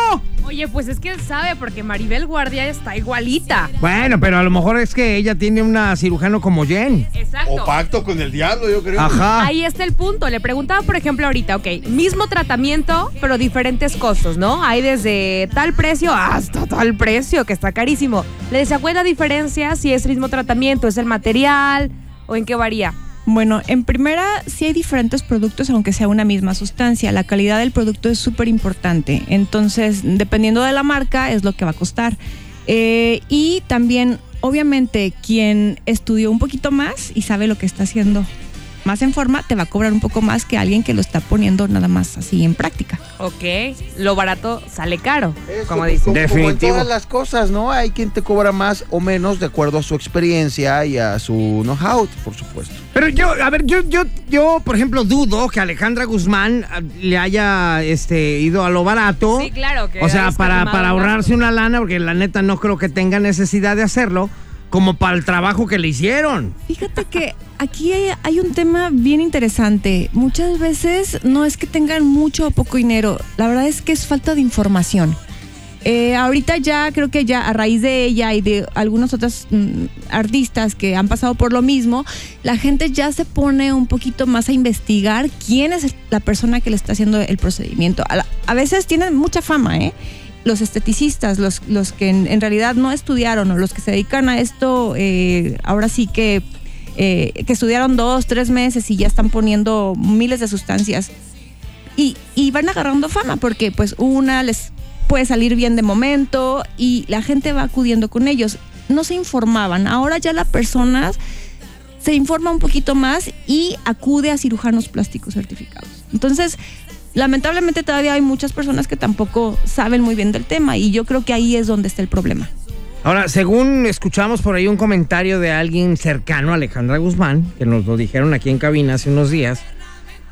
B: Oye, pues es que sabe, porque Maribel Guardia está igualita.
A: Bueno, pero a lo mejor es que ella tiene una cirujano como Jen.
C: O
B: Exacto.
C: pacto con el diablo, yo creo.
A: Ajá.
B: Ahí está el punto. Le preguntaba, por ejemplo, ahorita, ok, mismo tratamiento, pero diferentes costos, ¿no? Hay desde tal precio hasta tal precio, que está carísimo. Le decía, ¿cuál es la diferencia si es el mismo tratamiento? ¿Es el material? ¿O en qué varía?
I: Bueno, en primera, sí hay diferentes productos, aunque sea una misma sustancia. La calidad del producto es súper importante. Entonces, dependiendo de la marca, es lo que va a costar. Eh, y también, obviamente, quien estudió un poquito más y sabe lo que está haciendo más en forma, te va a cobrar un poco más que alguien que lo está poniendo nada más así en práctica.
B: Ok, lo barato sale caro,
C: Es
B: como dicen.
C: como en
A: Definitivo.
C: todas las cosas, ¿no? Hay quien te cobra más o menos de acuerdo a su experiencia y a su know-how, por supuesto.
A: Pero yo, a ver, yo, yo, yo, por ejemplo, dudo que Alejandra Guzmán ah, le haya este, ido a lo barato.
B: Sí, claro, que
A: O sea,
B: es
A: para,
B: calmado,
A: para
B: ¿no?
A: ahorrarse una lana, porque la neta no creo que tenga necesidad de hacerlo, como para el trabajo que le hicieron.
I: Fíjate que aquí hay, hay un tema bien interesante. Muchas veces no es que tengan mucho o poco dinero, la verdad es que es falta de información. Eh, ahorita ya creo que ya a raíz de ella y de algunos otros mm, artistas que han pasado por lo mismo, la gente ya se pone un poquito más a investigar quién es la persona que le está haciendo el procedimiento. A, la- a veces tienen mucha fama, ¿eh? Los esteticistas, los, los que en, en realidad no estudiaron o los que se dedican a esto, eh, ahora sí que, eh, que estudiaron dos, tres meses y ya están poniendo miles de sustancias y, y van agarrando fama porque pues una les puede salir bien de momento y la gente va acudiendo con ellos. No se informaban, ahora ya las personas se informa un poquito más y acude a cirujanos plásticos certificados. Entonces, lamentablemente todavía hay muchas personas que tampoco saben muy bien del tema y yo creo que ahí es donde está el problema.
A: Ahora, según escuchamos por ahí un comentario de alguien cercano a Alejandra Guzmán, que nos lo dijeron aquí en cabina hace unos días,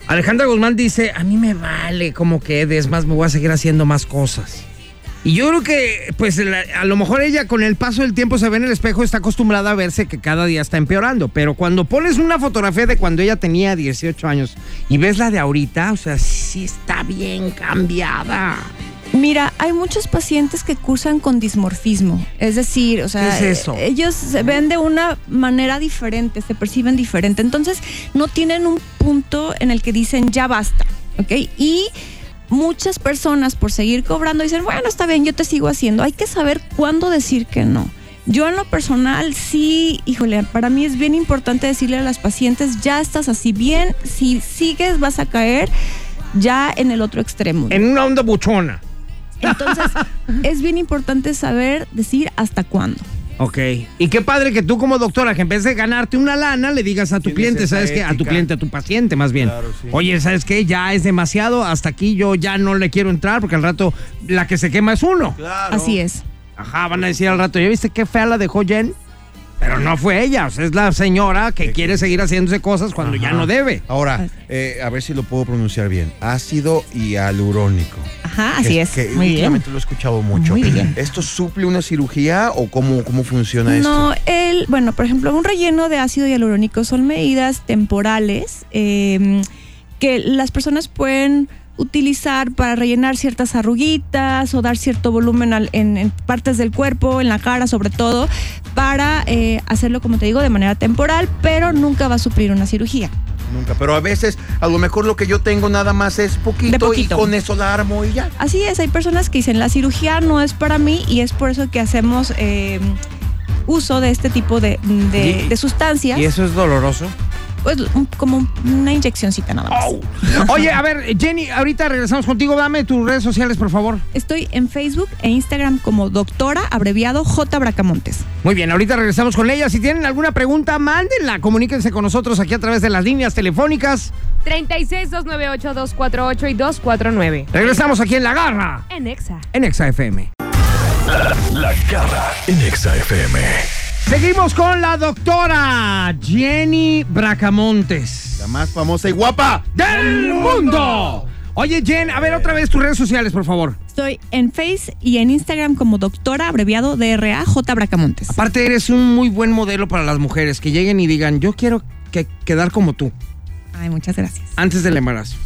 A: Alejandra Guzmán dice, a mí me vale como quedes, más me voy a seguir haciendo más cosas. Y yo creo que, pues, la- a lo mejor ella con el paso del tiempo se ve en el espejo, está acostumbrada a verse que cada día está empeorando. Pero cuando pones una fotografía de cuando ella tenía 18 años y ves la de ahorita, o sea, sí está bien cambiada.
I: Mira, hay muchos pacientes que cursan con dismorfismo, es decir, o sea,
A: ¿Qué es eso?
I: eh, ellos se ven de una manera diferente, se perciben diferente, entonces no tienen un punto en el que dicen ya basta, ¿ok? Y muchas personas por seguir cobrando dicen, bueno, está bien, yo te sigo haciendo, hay que saber cuándo decir que no. Yo en lo personal sí, híjole, para mí es bien importante decirle a las pacientes, ya estás así bien, si sigues vas a caer ya en el otro extremo.
A: En una onda buchona.
C: (laughs)
I: Entonces, es bien importante saber decir hasta cuándo.
A: Ok. Y qué padre que tú como doctora, que en vez de ganarte una lana, le digas a tu
J: Tienes
A: cliente,
J: esa
A: ¿sabes qué? A tu
J: ética.
A: cliente, a tu paciente más bien.
J: Claro, sí.
A: Oye, ¿sabes qué? Ya es demasiado, hasta aquí yo ya no le quiero entrar porque al rato la que se quema es uno.
I: Así es.
A: Ajá, van a decir al rato, ¿ya viste qué fea la dejó Jen? Pero no fue ella, o sea, es la señora que quiere seguir haciéndose cosas cuando ya no debe.
C: Ahora, eh, a ver si lo puedo pronunciar bien. Ácido hialurónico.
I: Ajá, así
C: Que-
I: es.
C: que
I: Muy bien.
C: últimamente lo he escuchado mucho.
I: Muy bien.
C: ¿Esto suple una cirugía o cómo, cómo funciona esto?
I: No, el, bueno, por ejemplo, un relleno de ácido hialurónico son medidas temporales eh, que las personas pueden utilizar para rellenar ciertas arruguitas o dar cierto volumen al- en, en partes del cuerpo, en la cara sobre todo, para eh, hacerlo, como te digo, de manera temporal, pero nunca va a suplir una cirugía.
C: Nunca. Pero a veces, a lo mejor lo que yo tengo nada más es poquito,
I: De poquito.
C: y con eso la armo y ya.
I: Así es, hay personas que dicen la cirugía no es para mí y es por eso que hacemos eh, uso de este tipo de, de-
J: Y-
I: de sustancias.
J: ¿Y eso es doloroso?
I: Pues un- como una inyeccióncita nada más.
A: Oh. Oye, a ver, Jenny, ahorita regresamos contigo, dame tus redes sociales, por favor.
I: Estoy en Facebook e Instagram como doctora abreviado J Bracamontes.
A: Muy bien, ahorita regresamos con ella. Si tienen alguna pregunta, mándenla, comuníquense con nosotros aquí a través de las líneas telefónicas.
B: 36 298 248 y 249.
A: Regresamos aquí en La Garra,
B: En Exa.
A: en Exa FM.
G: La garra en Exa FM.
A: Seguimos con la doctora Jenny Bracamontes.
C: La más famosa y guapa.
A: ¡Del mundo! Oye, Jen, a ver otra vez tus redes sociales, por favor.
I: Estoy en Face y en Instagram como doctora abreviado DRA J Bracamontes.
A: Aparte, eres un muy buen modelo para las mujeres que lleguen y digan, yo quiero que- quedar como tú,
I: Ay, muchas gracias.
C: (laughs)
A: antes del embarazo.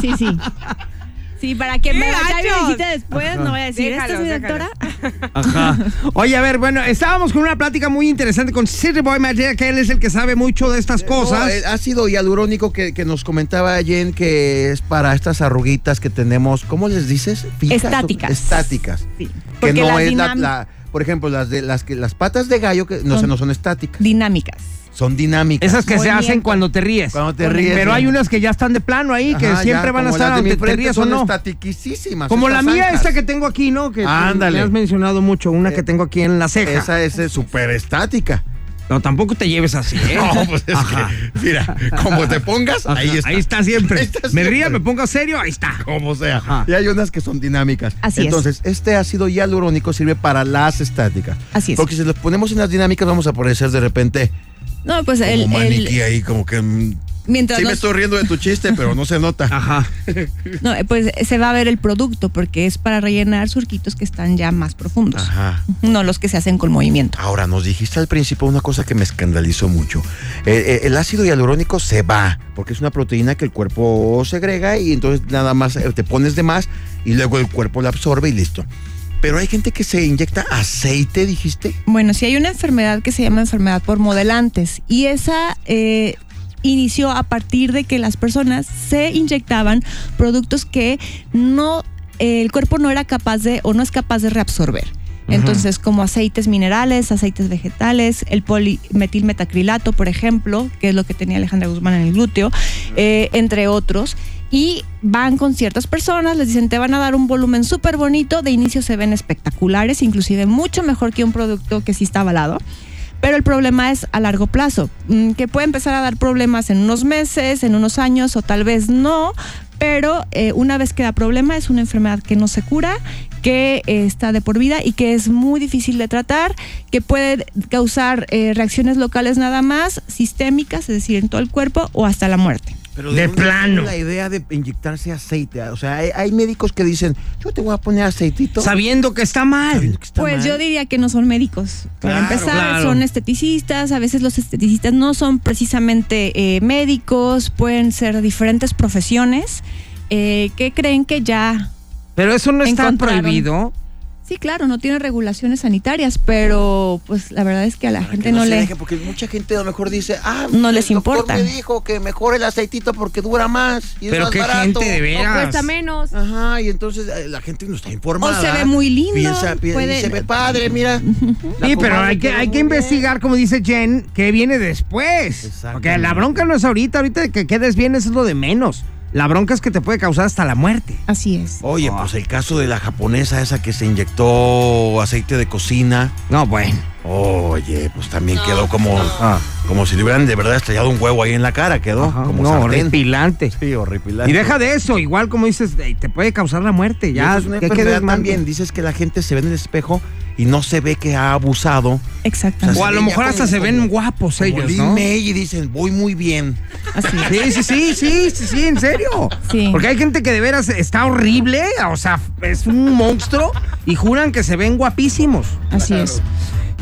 I: Sí, sí. Sí, para que me vaya
B: gachos!
I: visite después, no voy a decir,
B: Déjalos,
I: ¿esta es mi
B: déjalos".
I: doctora?
A: Ajá. (laughs) Oye, a ver, bueno, estábamos con una plática muy interesante con City Boy Magic, que él es el que sabe mucho de estas
C: No,
E: eh,
A: cosas.
C: el ácido Eh, hialurónico que, que nos comentaba Jen que es para estas arruguitas que tenemos, ¿cómo les dices? Fijas o-
I: Estáticas.
C: Estáticas.
I: (laughs) Sí.
C: Que
I: Porque
C: no
I: las
C: es la,
I: dinam-
C: la- por ejemplo, las de las que las patas de gallo que no
I: Son-
C: se no son estáticas,
I: dinámicas.
C: son dinámicas.
A: Esas que se
I: Movimiento.
A: hacen cuando te ríes.
C: Cuando te ríes,
A: Pero
C: sí.
A: hay unas que ya están de plano ahí, que
C: Ajá,
A: siempre
C: ya,
A: van a
C: como
A: estar
C: las de mi
A: aunque te
C: frente
A: ríes o
C: son
A: no.
C: estatiquisísimas,
A: Como la
C: estas
A: mía
C: zanjas.
A: esta que tengo aquí, ¿no? Que tú
C: Ándale. Eh,
A: me has mencionado mucho, una que tengo aquí en la ceja.
C: Esa es eh, súper estática.
A: No, tampoco te lleves así, ¿eh?
C: (laughs) No, pues es que, mira, como te pongas,
A: Ajá,
C: ahí está.
A: siempre.
C: (laughs) Ahí está
A: Me
C: siempre.
A: ría, me pongo serio, ahí está.
C: Como sea.
A: Ajá.
C: Y hay unas que son dinámicas.
I: Así es.
C: Entonces, este ácido hialurónico sirve para las estáticas.
I: Así es.
C: Porque si los ponemos en las dinámicas, vamos a aparecer de repente
I: No, pues
C: como
I: el, el-
C: maniquí ahí, como que. mm,
I: mientras
C: sí, me
I: nos-
C: estoy riendo de tu
I: (laughs)
C: chiste, pero no se nota.
A: Ajá.
I: no, eh, pues se va a ver el producto porque es para rellenar surquitos que están ya más profundos,
C: Ajá.
I: no los que se hacen con movimiento.
C: Ahora, nos dijiste al principio una cosa que me escandalizó mucho. Eh, eh, el ácido hialurónico se va, porque es una proteína que el cuerpo segrega y entonces nada más eh, te pones de más y luego el cuerpo la absorbe y listo. Pero hay gente que se inyecta aceite, dijiste.
I: Bueno, sí hay una enfermedad que se llama enfermedad por modelantes y esa eh, inició a partir de que las personas se inyectaban productos que no eh, el cuerpo no era capaz de o no es capaz de reabsorber. Entonces, como aceites minerales, aceites vegetales, el polimetilmetacrilato, por ejemplo, que es lo que tenía Alejandra Guzmán en el glúteo, eh, entre otros. Y van con ciertas personas, les dicen, te van a dar un volumen súper bonito, de inicio se ven espectaculares, inclusive mucho mejor que un producto que sí está avalado. Pero el problema es a largo plazo, mm, que puede empezar a dar problemas en unos meses, en unos años o tal vez no, pero eh, una vez que da problema es una enfermedad que no se cura, que eh, está de por vida y que es muy difícil de tratar, que puede causar eh, reacciones locales nada más, sistémicas, es decir, en todo el cuerpo o hasta la muerte.
C: Pero
A: De
C: dónde
A: plano.
C: viene La idea de inyectarse aceite. O sea, hay, hay médicos que dicen, yo te voy a poner aceitito.
A: Sabiendo que está mal.
C: Sabiendo que está
I: Pues
C: mal.
I: yo diría que no son médicos. Para
A: Claro,
I: empezar,
A: claro.
I: son esteticistas. A veces los esteticistas no son precisamente eh, médicos, pueden ser diferentes profesiones eh, que creen que ya.
A: Pero eso no está
I: Encontraron.
A: prohibido.
I: Sí, claro, no tienen regulaciones sanitarias, pero pues la verdad es que a la
C: Para
I: gente
C: que
I: no,
C: se
I: le.
C: deje, porque mucha gente a lo mejor dice, ah,
I: No les
C: el doctor
I: importa.
C: me dijo que mejor el aceitito porque dura más y es
A: Pero
C: más
A: qué
C: barato.
A: gente de
B: O
A: veras.
B: cuesta menos.
A: Ah.
C: Ajá, y entonces eh, la gente no está informada.
I: O se ve muy lindo,
C: Piensa, pi-
I: puede-
C: y se ve padre, mira. La
A: Sí, pero
C: comadre
A: hay que,
C: quedó
A: hay
C: muy
A: que
C: bien.
J: ¿eh?
A: investigar, como dice Jen, qué viene después. Porque
C: Exactamente.
A: la bronca no es ahorita, ahorita que quedes bien eso es lo de menos. La bronca es que te puede causar hasta la muerte.
I: Así es.
J: Oye, pues el caso de la japonesa esa que se inyectó aceite de cocina.
A: No, bueno.
J: Oye, pues también quedó como, como si le hubieran de verdad estrellado un huevo ahí en la cara, quedó
A: Ajá,
J: Ah, como
A: no,
J: sartén.
A: horripilante.
J: Sí, horripilante.
A: Y deja de eso, igual como dices, eh, te puede causar la muerte.
J: Ya,
A: Ya,
J: es una
A: ya
J: enfermedad
A: quedas mal.
J: también. Dices que la gente se ve en el espejo y no se ve que ha abusado.
I: Exactamente.
A: O a lo
J: Ya
A: mejor hasta
J: como-
A: se ven guapos
J: Como
A: ellos,
J: Lin
A: ¿no?
J: May y dicen, voy muy bien.
I: Así es.
A: Sí, sí, sí, sí, sí, sí, en serio.
I: Sí.
A: Porque hay gente que de veras está horrible, o sea, es un monstruo y juran que se ven guapísinos.
I: Así es.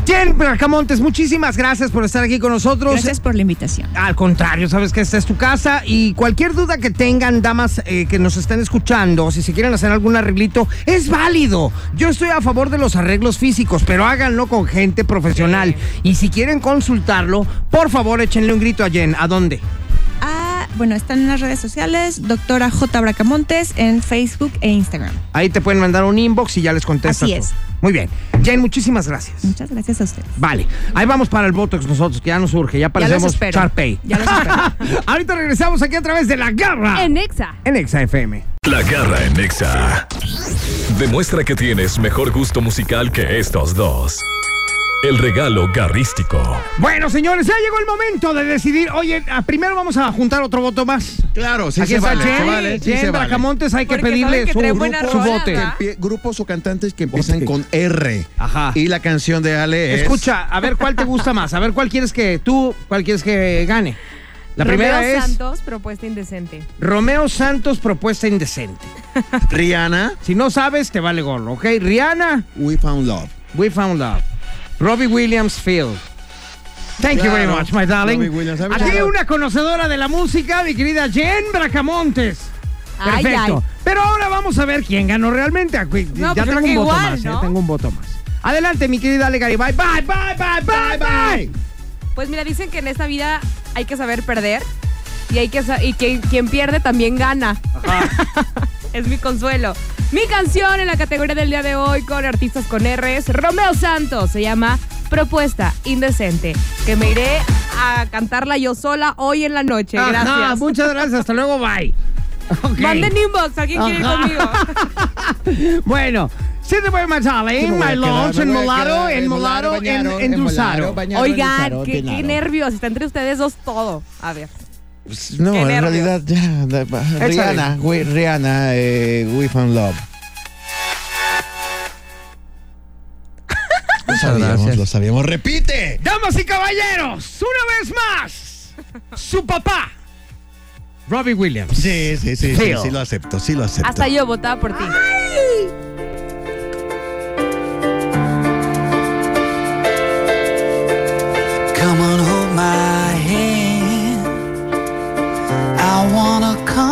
A: Jen Bracamontes, muchísimas gracias por estar aquí con nosotros.
I: Gracias por la invitación.
A: Al contrario, sabes que esta es tu casa y cualquier duda que tengan, damas eh, que nos estén escuchando, si se quieren hacer algún arreglito, es válido. Yo estoy a favor de los arreglos físicos, pero háganlo con gente profesional. Y si quieren consultarlo, por favor échenle un grito a Jen. ¿A dónde?
I: Ah, bueno, están en las redes sociales, doctora J. Bracamontes, en Facebook e Instagram.
A: Ahí te pueden mandar un inbox y ya les contestas.
I: Así
A: tú.
I: es.
A: Muy bien. Jen, muchísimas gracias.
I: Muchas gracias a ustedes.
A: Vale, ahí vamos para el Botox nosotros, que ya nos surge, ya
I: los
A: parecemos
I: espero.
A: Charpey.
I: Ya los
A: (laughs)
I: espero.
A: Ahorita regresamos aquí a través de la garra
B: En Exa.
A: en Exa FM.
G: La garra en Nexa. Demuestra que tienes mejor gusto musical que estos dos. El regalo garrístico.
A: Bueno, señores, ya llegó el momento de decidir. Oye, ah, primero vamos a juntar otro voto más.
C: Claro, sí
A: Aquí
C: se
A: está
C: vale,
A: Jen,
C: se vale, sí
A: Jen
C: se vale.
A: Bracamontes, hay que
B: Porque
A: pedirle
B: saben que
A: su,
B: trae
A: grupo,
B: buena
A: su
B: rola,
A: bote.
B: ¿verdad?
C: Pie- Grupos o cantantes que empiezan
A: Bote.
C: con R.
A: Ajá.
C: Y la canción de Ale es.
A: Escucha, a ver cuál te gusta más, a ver cuál quieres que tú, cuál quieres que gane. La primera
B: Romeo
A: es
B: Santos, propuesta indecente.
A: Romeo Santos, propuesta indecente.
C: (laughs) Rihanna,
A: Si no sabes, te vale gorro, ¿ok? Rihanna,
C: We Found Love.
A: We Found Love. Robbie Williams Field. Thank you
C: Claro,
A: very much, my darling.
C: Robbie Williams, ¿sabes?
A: Aquí
C: Claro.
A: una conocedora de la música, mi querida Jen Bracamontes.
B: Ay,
A: Perfecto.
B: ay.
A: Pero ahora vamos a ver quién ganó realmente. Aquí-
B: No,
A: ya
B: pues creo
A: tengo un
B: que
A: voto
B: igual,
A: más,
B: ¿no?
A: ya tengo un voto más. Adelante, mi querida Ale Garibay. Bye, bye, bye, bye, bye.
B: Pues mira, dicen que en esta vida hay que saber perder y, hay que sa- y que quien pierde también gana. (laughs) es mi consuelo. Mi canción en la categoría del día de hoy con artistas con R es Romeo Santos. Se llama Propuesta Indecente, que me iré a cantarla yo sola hoy en la noche. Gracias.
A: Ajá, Ah, muchas gracias. Hasta luego,
B: (laughs)
A: bye. Ok.
B: Manden inbox, alguien quiere ir
A: Ajá. (laughs)
B: conmigo.
A: Bueno, sí te voy, my darling, my love, en Molaro, en Molaro, en Endulzaro.
B: Oigan, qué, qué nervios. Está entre ustedes dos todo. A ver.
C: Pues, No,
B: Qué
C: en
B: nervios.
C: realidad, ya, da- ba-
A: Échale.
C: Rihanna, we- Rihanna, eh, We Found Love. Lo sabíamos, lo sabíamos. ¡Repite!
A: Damas y caballeros, una vez más, su papá, Robbie Williams.
C: Sí, sí, sí, sí,
A: Feo.
C: sí, lo acepto, sí lo acepto.
B: Hasta yo votaba por ti.
F: Come and hold my hand. I wanna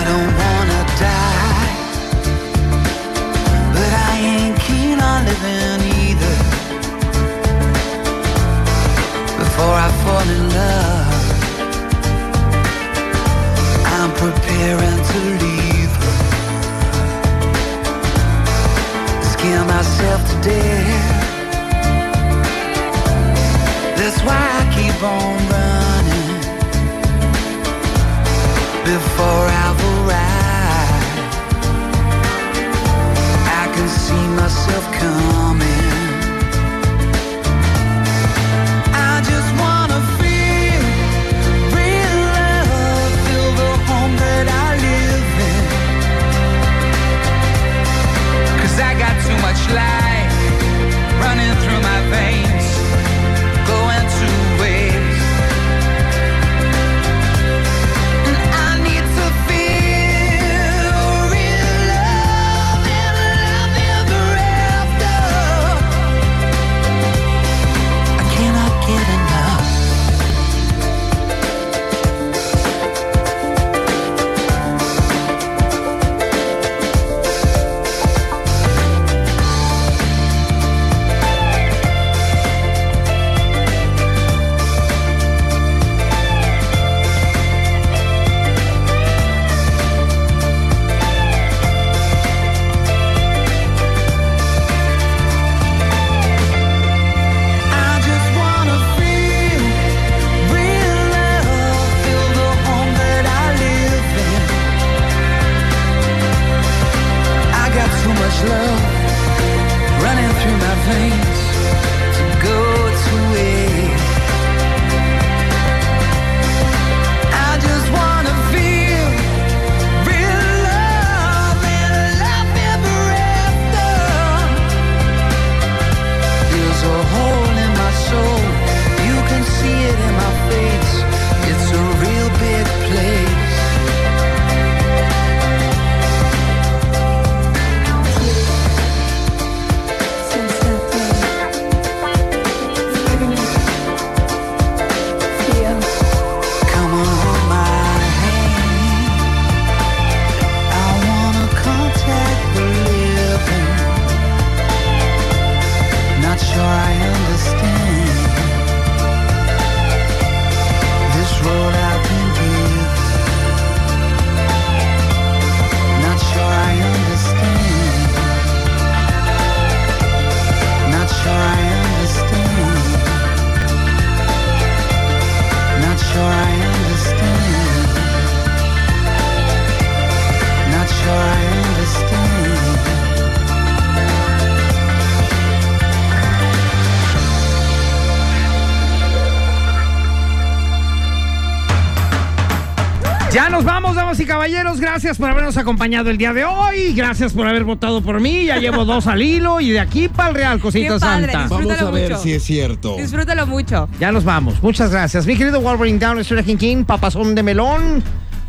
F: I don't wanna die, but I ain't keen on living either. Before I fall in love, I'm preparing to leave her. Scare myself to death. That's why I keep on running before I've arrived. I can see myself coming. I just wanna feel real love, feel the home that I live in. 'Cause I got too much life running
A: damas y caballeros, gracias por habernos acompañado el día de hoy. Gracias por haber votado por mí. Ya llevo dos al hilo y de aquí para el Real, Cosita
B: Qué padre,
A: Santa.
B: disfrútalo Vamos a ver mucho. si es
C: cierto.
B: Disfrútalo mucho.
A: Ya nos vamos. Muchas gracias. Mi querido Wolverine Down, Estrella King King, papazón de melón.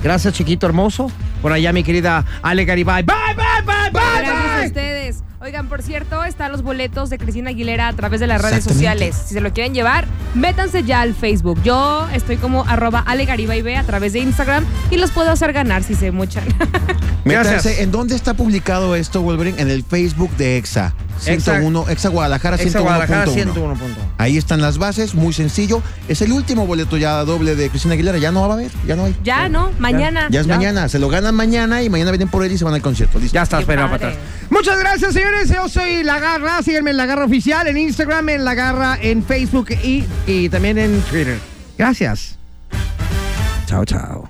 A: Gracias, chiquito hermoso. Por allá, mi querida Ale Garibay. Bye, bye, bye, bye,
B: Gracias este- a
A: bye.
B: ustedes. Oigan, por cierto, están los boletos de Cristina Aguilera a través de las redes sociales. Si se lo quieren llevar, métanse ya al Facebook. Yo estoy como arroba Ale Garibay B a través de Instagram y los puedo hacer ganar si se mochan. (laughs)
C: Métanse,
A: Gracias.
C: ¿En dónde está publicado esto, Wolverine? En el Facebook de EXA.
A: Exa-
C: 101, EXA, Guadalajara
A: Exa
C: 101.1.
A: Guadalajara 101.1.
C: Ahí están las bases, muy sencillo. Es el último boleto ya doble de Cristina Aguilera. Ya no va a haber, ya no hay.
B: ya, ¿no? Mañana.
C: Ya es mañana, se lo ganan mañana y mañana vienen por él y se van al concierto. Listo.
A: Ya estás,
B: Qué
A: pero para
B: padre.
A: atrás. Muchas gracias, señores. Yo soy La Garra. Síganme en La Garra Oficial, en Instagram, en La Garra, en Facebook y, y también en Twitter. Gracias. Chao, chao.